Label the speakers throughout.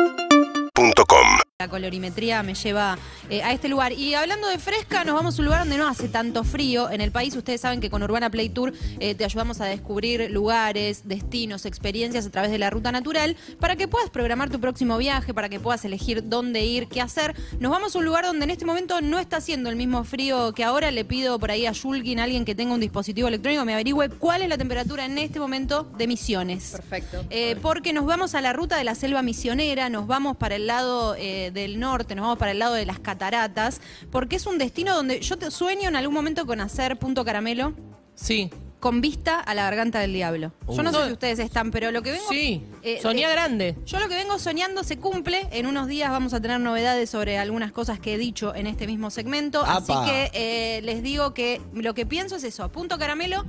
Speaker 1: UrbanaPlayFM.com
Speaker 2: La colorimetría me lleva eh, a este lugar. Y hablando de fresca, nos vamos a un lugar donde no hace tanto frío en el país. Ustedes saben que con Urbana Play Tour eh, te ayudamos a descubrir lugares, destinos, experiencias a través de la ruta natural para que puedas programar tu próximo viaje, para que puedas elegir dónde ir, qué hacer. Nos vamos a un lugar donde en este momento no está haciendo el mismo frío que ahora. Le pido por ahí a Julkin, alguien que tenga un dispositivo electrónico, me averigüe cuál es la temperatura en este momento de Misiones.
Speaker 3: Perfecto.
Speaker 2: Eh, porque nos vamos a la ruta de la selva misionera, nos vamos para el lado eh, del norte, nos vamos para el lado de las cataratas, porque es un destino donde yo te sueño en algún momento con hacer punto caramelo
Speaker 4: Sí,
Speaker 2: con vista a la garganta del diablo. Yo no
Speaker 4: Uh.
Speaker 2: sé si ustedes están, pero lo que vengo...
Speaker 4: sí.
Speaker 2: eh,
Speaker 4: Sonía
Speaker 2: eh,
Speaker 4: grande.
Speaker 2: Yo lo que vengo soñando se cumple. En unos días vamos a tener novedades sobre algunas cosas que he dicho en este mismo segmento.
Speaker 5: ¡Apa!
Speaker 2: Así que eh, les digo que lo que pienso es eso. Punto caramelo,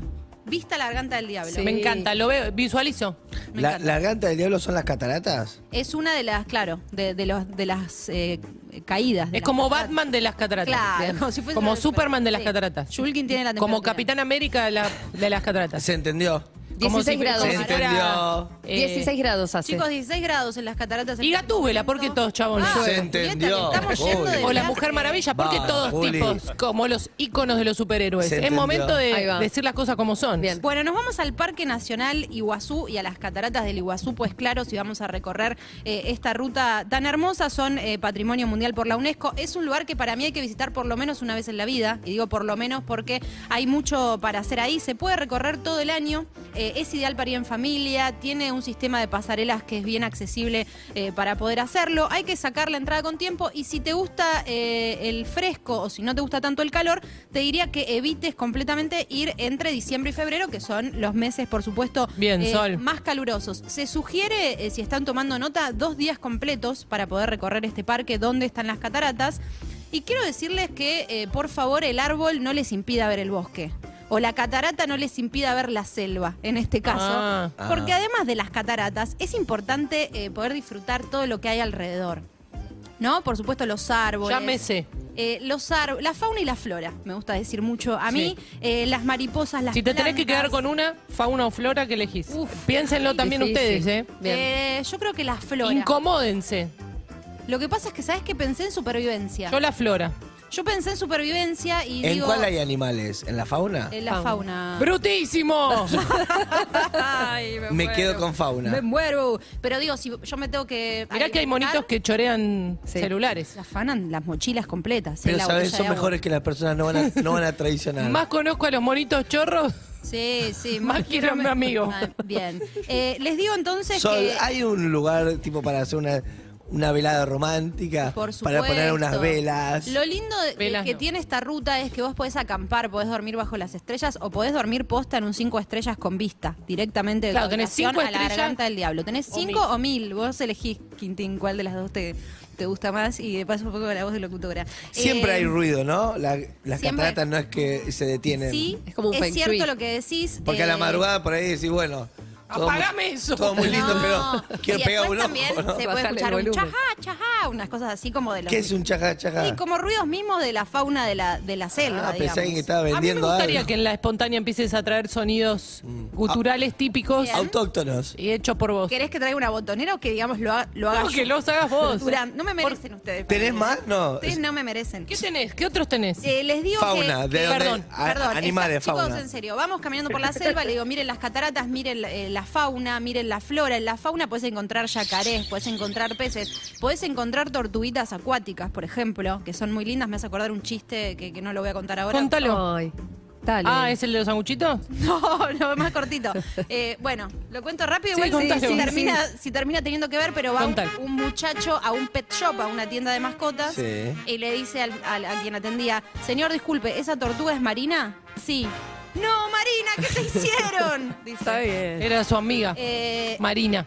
Speaker 2: vista a la garganta del diablo.
Speaker 3: Sí.
Speaker 4: Me encanta, lo veo, visualizo.
Speaker 2: Me
Speaker 5: ¿La,
Speaker 2: encanta.
Speaker 5: la garganta del diablo son las cataratas?
Speaker 2: Es una de las, claro, de, de los, de las eh, caídas. de
Speaker 4: Es
Speaker 2: las
Speaker 4: como
Speaker 2: cataratas.
Speaker 4: Batman de las cataratas.
Speaker 2: Claro, como si fuese
Speaker 4: como
Speaker 2: una-
Speaker 4: Superman de las
Speaker 2: sí.
Speaker 4: cataratas.
Speaker 2: Shulkin tiene la
Speaker 4: Como
Speaker 2: temperatura.
Speaker 4: Capitán América de, la- de las cataratas.
Speaker 5: Se entendió.
Speaker 4: Como
Speaker 3: 16
Speaker 4: si-
Speaker 3: grados.
Speaker 5: Se
Speaker 4: como si fuera,
Speaker 5: entendió.
Speaker 4: eh,
Speaker 3: 16 grados hace.
Speaker 2: Chicos, 16 grados en las cataratas.
Speaker 4: Y Gatúbela, ¿por qué todos chabones
Speaker 2: Ah,
Speaker 5: Se
Speaker 4: llueven?
Speaker 2: Julieta, que
Speaker 5: entendió.
Speaker 2: Estamos yendo
Speaker 5: Uy.
Speaker 2: de
Speaker 4: O la
Speaker 2: viaje.
Speaker 4: Mujer Maravilla, porque
Speaker 5: Va,
Speaker 4: todos
Speaker 5: Juli.
Speaker 4: tipos, como los íconos de los superhéroes.
Speaker 5: Se
Speaker 4: Es
Speaker 5: entendió.
Speaker 4: momento
Speaker 3: Ahí
Speaker 4: de
Speaker 3: va.
Speaker 4: decir las cosas como son.
Speaker 3: Bien.
Speaker 2: Bueno, nos vamos al Parque Nacional Iguazú y a las cataratas del Iguazú, pues claro, si vamos a recorrer eh, esta ruta tan hermosa, son eh, Patrimonio Mundial por la UNESCO. Es un lugar que para mí hay que visitar por lo menos una vez en la vida, y digo por lo menos porque hay mucho para hacer ahí, se puede recorrer todo el año, eh, es ideal para ir en familia, tiene un sistema de pasarelas que es bien accesible eh, para poder hacerlo, hay que sacar la entrada con tiempo y si te gusta eh, el fresco o si no te gusta tanto el calor, te diría que evites completamente ir entre diciembre y febrero, que son los meses, por supuesto, eh,
Speaker 4: Bien, sol.
Speaker 2: más calurosos. Se sugiere, eh, si están tomando nota, dos días completos para poder recorrer este parque donde están las cataratas. Y quiero decirles que, eh, por favor, el árbol no les impida ver el bosque. O la catarata no les impida ver la selva, en este caso.
Speaker 4: Ah.
Speaker 2: porque además de las cataratas, es importante eh, poder disfrutar todo lo que hay alrededor. ¿No? Por supuesto, los árboles.
Speaker 4: Llámese.
Speaker 2: Eh, los ar- la fauna y la flora, me gusta decir mucho a mí. Eh, las mariposas, las
Speaker 4: Si te tenés que quedar
Speaker 2: plantas.
Speaker 4: con una, fauna o flora, que elegís?
Speaker 2: Uf,
Speaker 4: Piénsenlo también
Speaker 3: Difícil.
Speaker 4: ustedes, ¿eh?
Speaker 3: Bien.
Speaker 2: Eh, yo creo que la flora.
Speaker 4: Incomódense.
Speaker 2: Lo que pasa es que, ¿sabes que Pensé en supervivencia.
Speaker 4: Yo
Speaker 2: Yo,
Speaker 4: la flora.
Speaker 2: pensé en supervivencia y
Speaker 5: ¿En
Speaker 2: digo.
Speaker 5: cuál hay animales? ¿En la fauna?
Speaker 2: en la fauna.
Speaker 4: ¡Brutísimo!
Speaker 2: Ay,
Speaker 5: Me
Speaker 2: muero.
Speaker 5: quedo con fauna.
Speaker 2: Me muero. Pero digo, si yo me tengo que.
Speaker 4: Mirá que hay monitos que chorean celulares.
Speaker 2: Se afanan las mochilas completas. eh,
Speaker 5: Pero
Speaker 2: la
Speaker 5: sabes,
Speaker 2: botella
Speaker 5: son
Speaker 2: de agua.
Speaker 5: mejores que las personas no van a, no van a traicionar.
Speaker 4: Más conozco a los monitos chorros.
Speaker 2: Sí, sí.
Speaker 4: Más quiero a mi amigo.
Speaker 2: Ah, bien. Eh, les digo entonces
Speaker 5: Sol,
Speaker 2: que.
Speaker 5: hay un lugar tipo para hacer una, una velada romántica,
Speaker 2: Por supuesto.
Speaker 5: Ah, para poner unas velas.
Speaker 2: Lo lindo de- de
Speaker 4: Velas
Speaker 2: que
Speaker 4: no.
Speaker 2: tiene esta ruta es que vos podés acampar, podés dormir bajo las estrellas o podés dormir posta en un cinco estrellas con vista, directamente de
Speaker 4: Claro,
Speaker 2: tu
Speaker 4: tenés
Speaker 2: habitación
Speaker 4: cinco
Speaker 2: a la
Speaker 4: estrellas
Speaker 2: garganta del diablo. Tenés
Speaker 4: o
Speaker 2: cinco o mil, vos elegís, Quintín, cuál de las dos te, te gusta más y de paso un poco la voz de locutora.
Speaker 5: Siempre
Speaker 2: Eh,
Speaker 5: hay ruido, ¿no? La- las
Speaker 2: siempre.
Speaker 5: cataratas no es que se detienen.
Speaker 2: Sí, es,
Speaker 3: Es como un feng
Speaker 2: cierto
Speaker 3: shui.
Speaker 2: lo que decís.
Speaker 5: Porque a
Speaker 2: eh,
Speaker 5: la madrugada por ahí decís, bueno. todo muy-
Speaker 4: Apagame eso.
Speaker 5: Todo muy lindo,
Speaker 2: no.
Speaker 5: pero
Speaker 2: Y
Speaker 5: quiero
Speaker 2: después
Speaker 5: pegar un ojo.
Speaker 2: también
Speaker 5: ¿no?
Speaker 2: se puede
Speaker 3: Bajarle el
Speaker 2: escuchar un
Speaker 3: volumen.
Speaker 2: chajá, chajá, unas cosas así como de los...
Speaker 5: ¿Qué es un chajá chajá?
Speaker 2: Y como ruidos mismos de la fauna de la, de la selva,
Speaker 5: ah, pensé
Speaker 2: digamos.
Speaker 5: que estaba
Speaker 4: A mí me
Speaker 5: vendiendo
Speaker 4: gustaría
Speaker 5: algo.
Speaker 4: que en la espontánea empieces a traer sonidos guturales típicos
Speaker 2: Bien.
Speaker 5: Autóctonos.
Speaker 4: y hechos por vos.
Speaker 2: ¿Querés que traiga una botonera o que digamos lo, ha- lo haga
Speaker 4: No,
Speaker 2: yo?
Speaker 4: que los hagas vos.
Speaker 2: Durán, no me merecen ustedes.
Speaker 5: ¿Tenés
Speaker 2: Fabián.
Speaker 5: más? No. Eh,
Speaker 2: Ustedes no me merecen.
Speaker 4: ¿Qué tenés? ¿Qué otros tenés?
Speaker 2: Eh, les digo
Speaker 5: Fauna,
Speaker 2: que,
Speaker 5: de
Speaker 2: que-
Speaker 5: donde-
Speaker 2: perdón,
Speaker 5: a-
Speaker 2: perdón,
Speaker 5: animales,
Speaker 2: está- chicos,
Speaker 5: fauna.
Speaker 2: en serio, vamos caminando por la selva, le digo, miren las cataratas, miren eh, la fauna, miren la flora, en la fauna puedes encontrar yacarés, puedes encontrar peces, puedes encontrar tortuguitas acuáticas, por ejemplo, que son muy lindas, me hace acordar un chiste que, que no lo voy a contar ahora.
Speaker 4: Contalo.
Speaker 3: Ay, dale.
Speaker 4: Ah, ¿es el de los sanguchitos?
Speaker 2: No, no, más cortito. Eh, bueno, lo cuento rápido,
Speaker 4: Sí,
Speaker 2: igual si- si,
Speaker 4: contalo.
Speaker 2: termina, si termina teniendo que ver, pero va un,
Speaker 4: Contalo.
Speaker 2: un muchacho a un pet shop, a una tienda de mascotas,
Speaker 5: Sí.
Speaker 2: y le dice al- al- a quien atendía, señor, disculpe, ¿esa tortuga es Marina? Sí. No, Marina, ¿qué te hicieron? Dice.
Speaker 3: Está bien.
Speaker 4: Era su amiga,
Speaker 2: Eh,
Speaker 4: Marina.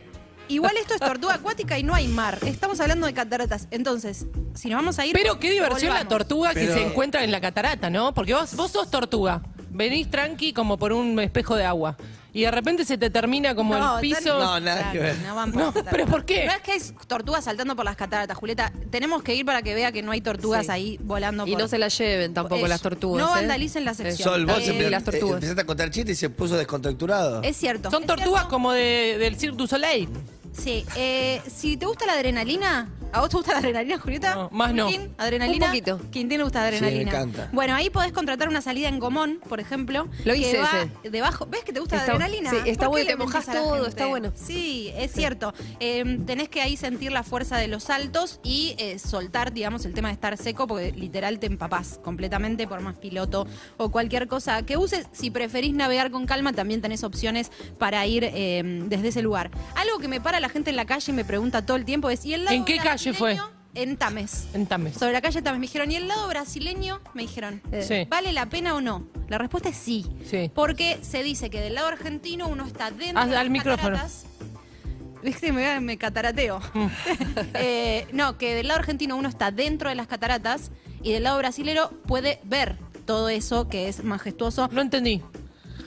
Speaker 2: igual esto es tortuga acuática y no hay mar. Estamos hablando de cataratas. Entonces, si nos vamos a ir...
Speaker 4: Pero qué diversión la
Speaker 2: volvamos.
Speaker 4: tortuga
Speaker 5: Pero-
Speaker 4: que se encuentra en la catarata, ¿no? Porque vos, vos sos tortuga. Venís tranqui como por un espejo de agua. Y de repente se te termina como
Speaker 2: No,
Speaker 4: el
Speaker 2: tan-
Speaker 4: piso.
Speaker 5: No, nada que ver.
Speaker 2: No, van por
Speaker 4: No,
Speaker 2: las cataratas.
Speaker 4: ¿pero por qué?
Speaker 2: No es que hay tortugas saltando por las cataratas, Julieta. Tenemos que ir para que vea que no hay tortugas
Speaker 3: Sí.
Speaker 2: ahí volando.
Speaker 3: Y
Speaker 2: por-
Speaker 3: no se la lleven tampoco
Speaker 2: Eso.
Speaker 3: las tortugas.
Speaker 2: No
Speaker 3: ¿eh?
Speaker 2: vandalicen la sección.
Speaker 5: Sol, vos
Speaker 2: Eh,
Speaker 5: empe-
Speaker 3: las tortugas.
Speaker 5: empezaste a contar chistes y se puso descontracturado.
Speaker 2: Es cierto.
Speaker 4: Son
Speaker 2: es
Speaker 4: tortugas
Speaker 2: cierto.
Speaker 4: como de- del Cirque du Soleil.
Speaker 2: Sí, eh, si te gusta la adrenalina, ¿a vos te gusta la adrenalina, Julieta?
Speaker 4: No, más no.
Speaker 2: Quintín, ¿Adrenalina?
Speaker 3: Un poquito.
Speaker 2: Quintín le gusta la
Speaker 5: Sí,
Speaker 2: adrenalina.
Speaker 5: me encanta.
Speaker 2: Bueno, ahí podés contratar una salida en Gomón, por ejemplo.
Speaker 3: Lo
Speaker 2: que
Speaker 3: hice
Speaker 2: va
Speaker 3: ese.
Speaker 2: debajo. ¿Ves que te gusta
Speaker 3: Está-
Speaker 2: la adrenalina?
Speaker 3: sí, está
Speaker 2: ¿Por qué
Speaker 3: bueno,
Speaker 2: le
Speaker 3: te mojás
Speaker 2: mentís a la
Speaker 3: todo,
Speaker 2: gente?
Speaker 3: está bueno.
Speaker 2: Sí, es cierto. Eh, tenés que ahí sentir la fuerza de los saltos y eh, soltar, digamos, el tema de estar seco, porque literal te empapás completamente por más piloto o cualquier cosa que uses. Si preferís navegar con calma, también tenés opciones para ir eh, desde ese lugar. Algo que me para la gente en la calle y me pregunta todo el tiempo es, ¿y el lado
Speaker 4: ¿En qué calle
Speaker 2: brasileño? En Tames.
Speaker 4: En Tames.
Speaker 2: Sobre la calle Tames me dijeron, ¿y el lado brasileño? Me dijeron,
Speaker 3: Eh,
Speaker 4: Sí.
Speaker 2: ¿vale la pena o no? La respuesta es sí.
Speaker 4: Sí.
Speaker 2: Porque se dice que del lado argentino uno está dentro
Speaker 4: Haz-
Speaker 2: de las
Speaker 4: al micrófono. Mm.
Speaker 2: cataratas. Viste, me, me catarateo. Eh, no, que del lado argentino uno está dentro de las cataratas y del lado brasilero puede ver todo eso que es majestuoso.
Speaker 4: No entendí.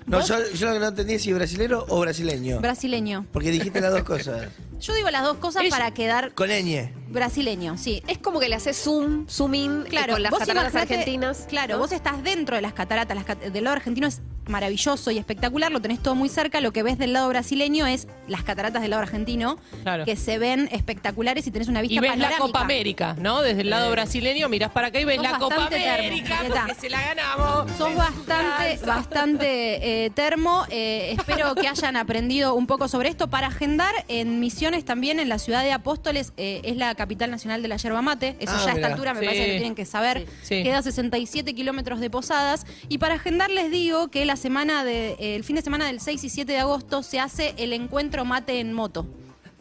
Speaker 5: No,
Speaker 2: ¿Vos?
Speaker 5: yo, yo lo que no entendí es si brasilero o brasileño.
Speaker 2: Brasileño.
Speaker 5: Porque dijiste las dos cosas.
Speaker 2: Yo digo las dos cosas
Speaker 4: Ella-
Speaker 2: para quedar
Speaker 5: Con ñ.
Speaker 2: brasileño, sí.
Speaker 3: Es como que le haces zoom, zoom in eh,
Speaker 2: Claro,
Speaker 3: con las
Speaker 2: vos
Speaker 3: cataratas
Speaker 2: imaginate-
Speaker 3: argentinas.
Speaker 2: Claro,
Speaker 3: ¿no?
Speaker 2: vos estás dentro de las cataratas. Las cat- del lado argentino es maravilloso y espectacular, lo tenés todo muy cerca. Lo que ves del lado brasileño es las cataratas del lado argentino,
Speaker 4: Claro.
Speaker 2: que se ven espectaculares y tenés una vista
Speaker 4: Y ves la
Speaker 2: panorámica.
Speaker 4: Copa América, ¿no? Desde el lado brasileño mirás para acá y ves
Speaker 2: Sos
Speaker 4: la Copa
Speaker 2: bastante termo,
Speaker 4: América
Speaker 2: Julieta.
Speaker 4: porque se la ganamos.
Speaker 2: Sos bastante, bastante eh, termo. Eh, espero que hayan aprendido un poco sobre esto. Para agendar en misiones también en la ciudad de Apóstoles, eh, es la capital nacional de la yerba mate. Eso ya
Speaker 5: Ah,
Speaker 2: a esta
Speaker 5: mirá.
Speaker 2: altura me
Speaker 4: Sí.
Speaker 2: parece que lo tienen que saber.
Speaker 4: Sí.
Speaker 2: Queda a 67 kilómetros de Posadas. Y para agendar les digo que la semana de, eh, el fin de semana del 6 y 7 de agosto se hace el encuentro mate en moto.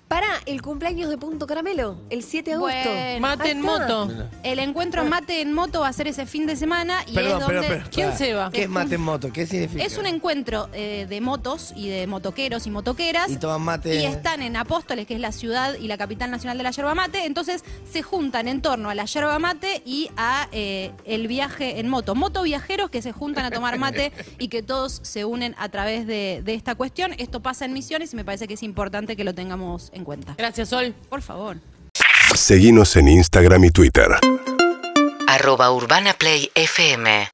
Speaker 3: Para el cumpleaños de Punto Caramelo, el 7 de agosto.
Speaker 2: Bueno.
Speaker 4: Mate
Speaker 3: Ahí
Speaker 4: en
Speaker 3: está.
Speaker 4: moto.
Speaker 2: El encuentro mate en moto va a ser ese fin de semana y
Speaker 5: Ah.
Speaker 2: es
Speaker 5: Perdón,
Speaker 2: donde...
Speaker 5: pero, pero,
Speaker 4: ¿Quién
Speaker 5: pará.
Speaker 4: se va?
Speaker 5: ¿Qué es mate en moto? ¿Qué significa?
Speaker 2: Es un encuentro eh, de motos y de motoqueros y motoqueras.
Speaker 5: Y toman mate.
Speaker 2: Y están en Apóstoles, que es la ciudad y la capital nacional de la yerba mate. Entonces se juntan en torno a la yerba mate y a eh, el viaje en moto. Motoviajeros que se juntan a tomar mate y que todos se unen a través de, de esta cuestión. Esto pasa en misiones y me parece que es importante que lo tengamos en cuenta.
Speaker 4: Gracias, Sol.
Speaker 2: Por favor.
Speaker 1: Seguinos en Instagram y Twitter.
Speaker 6: arroba Urbana Play FM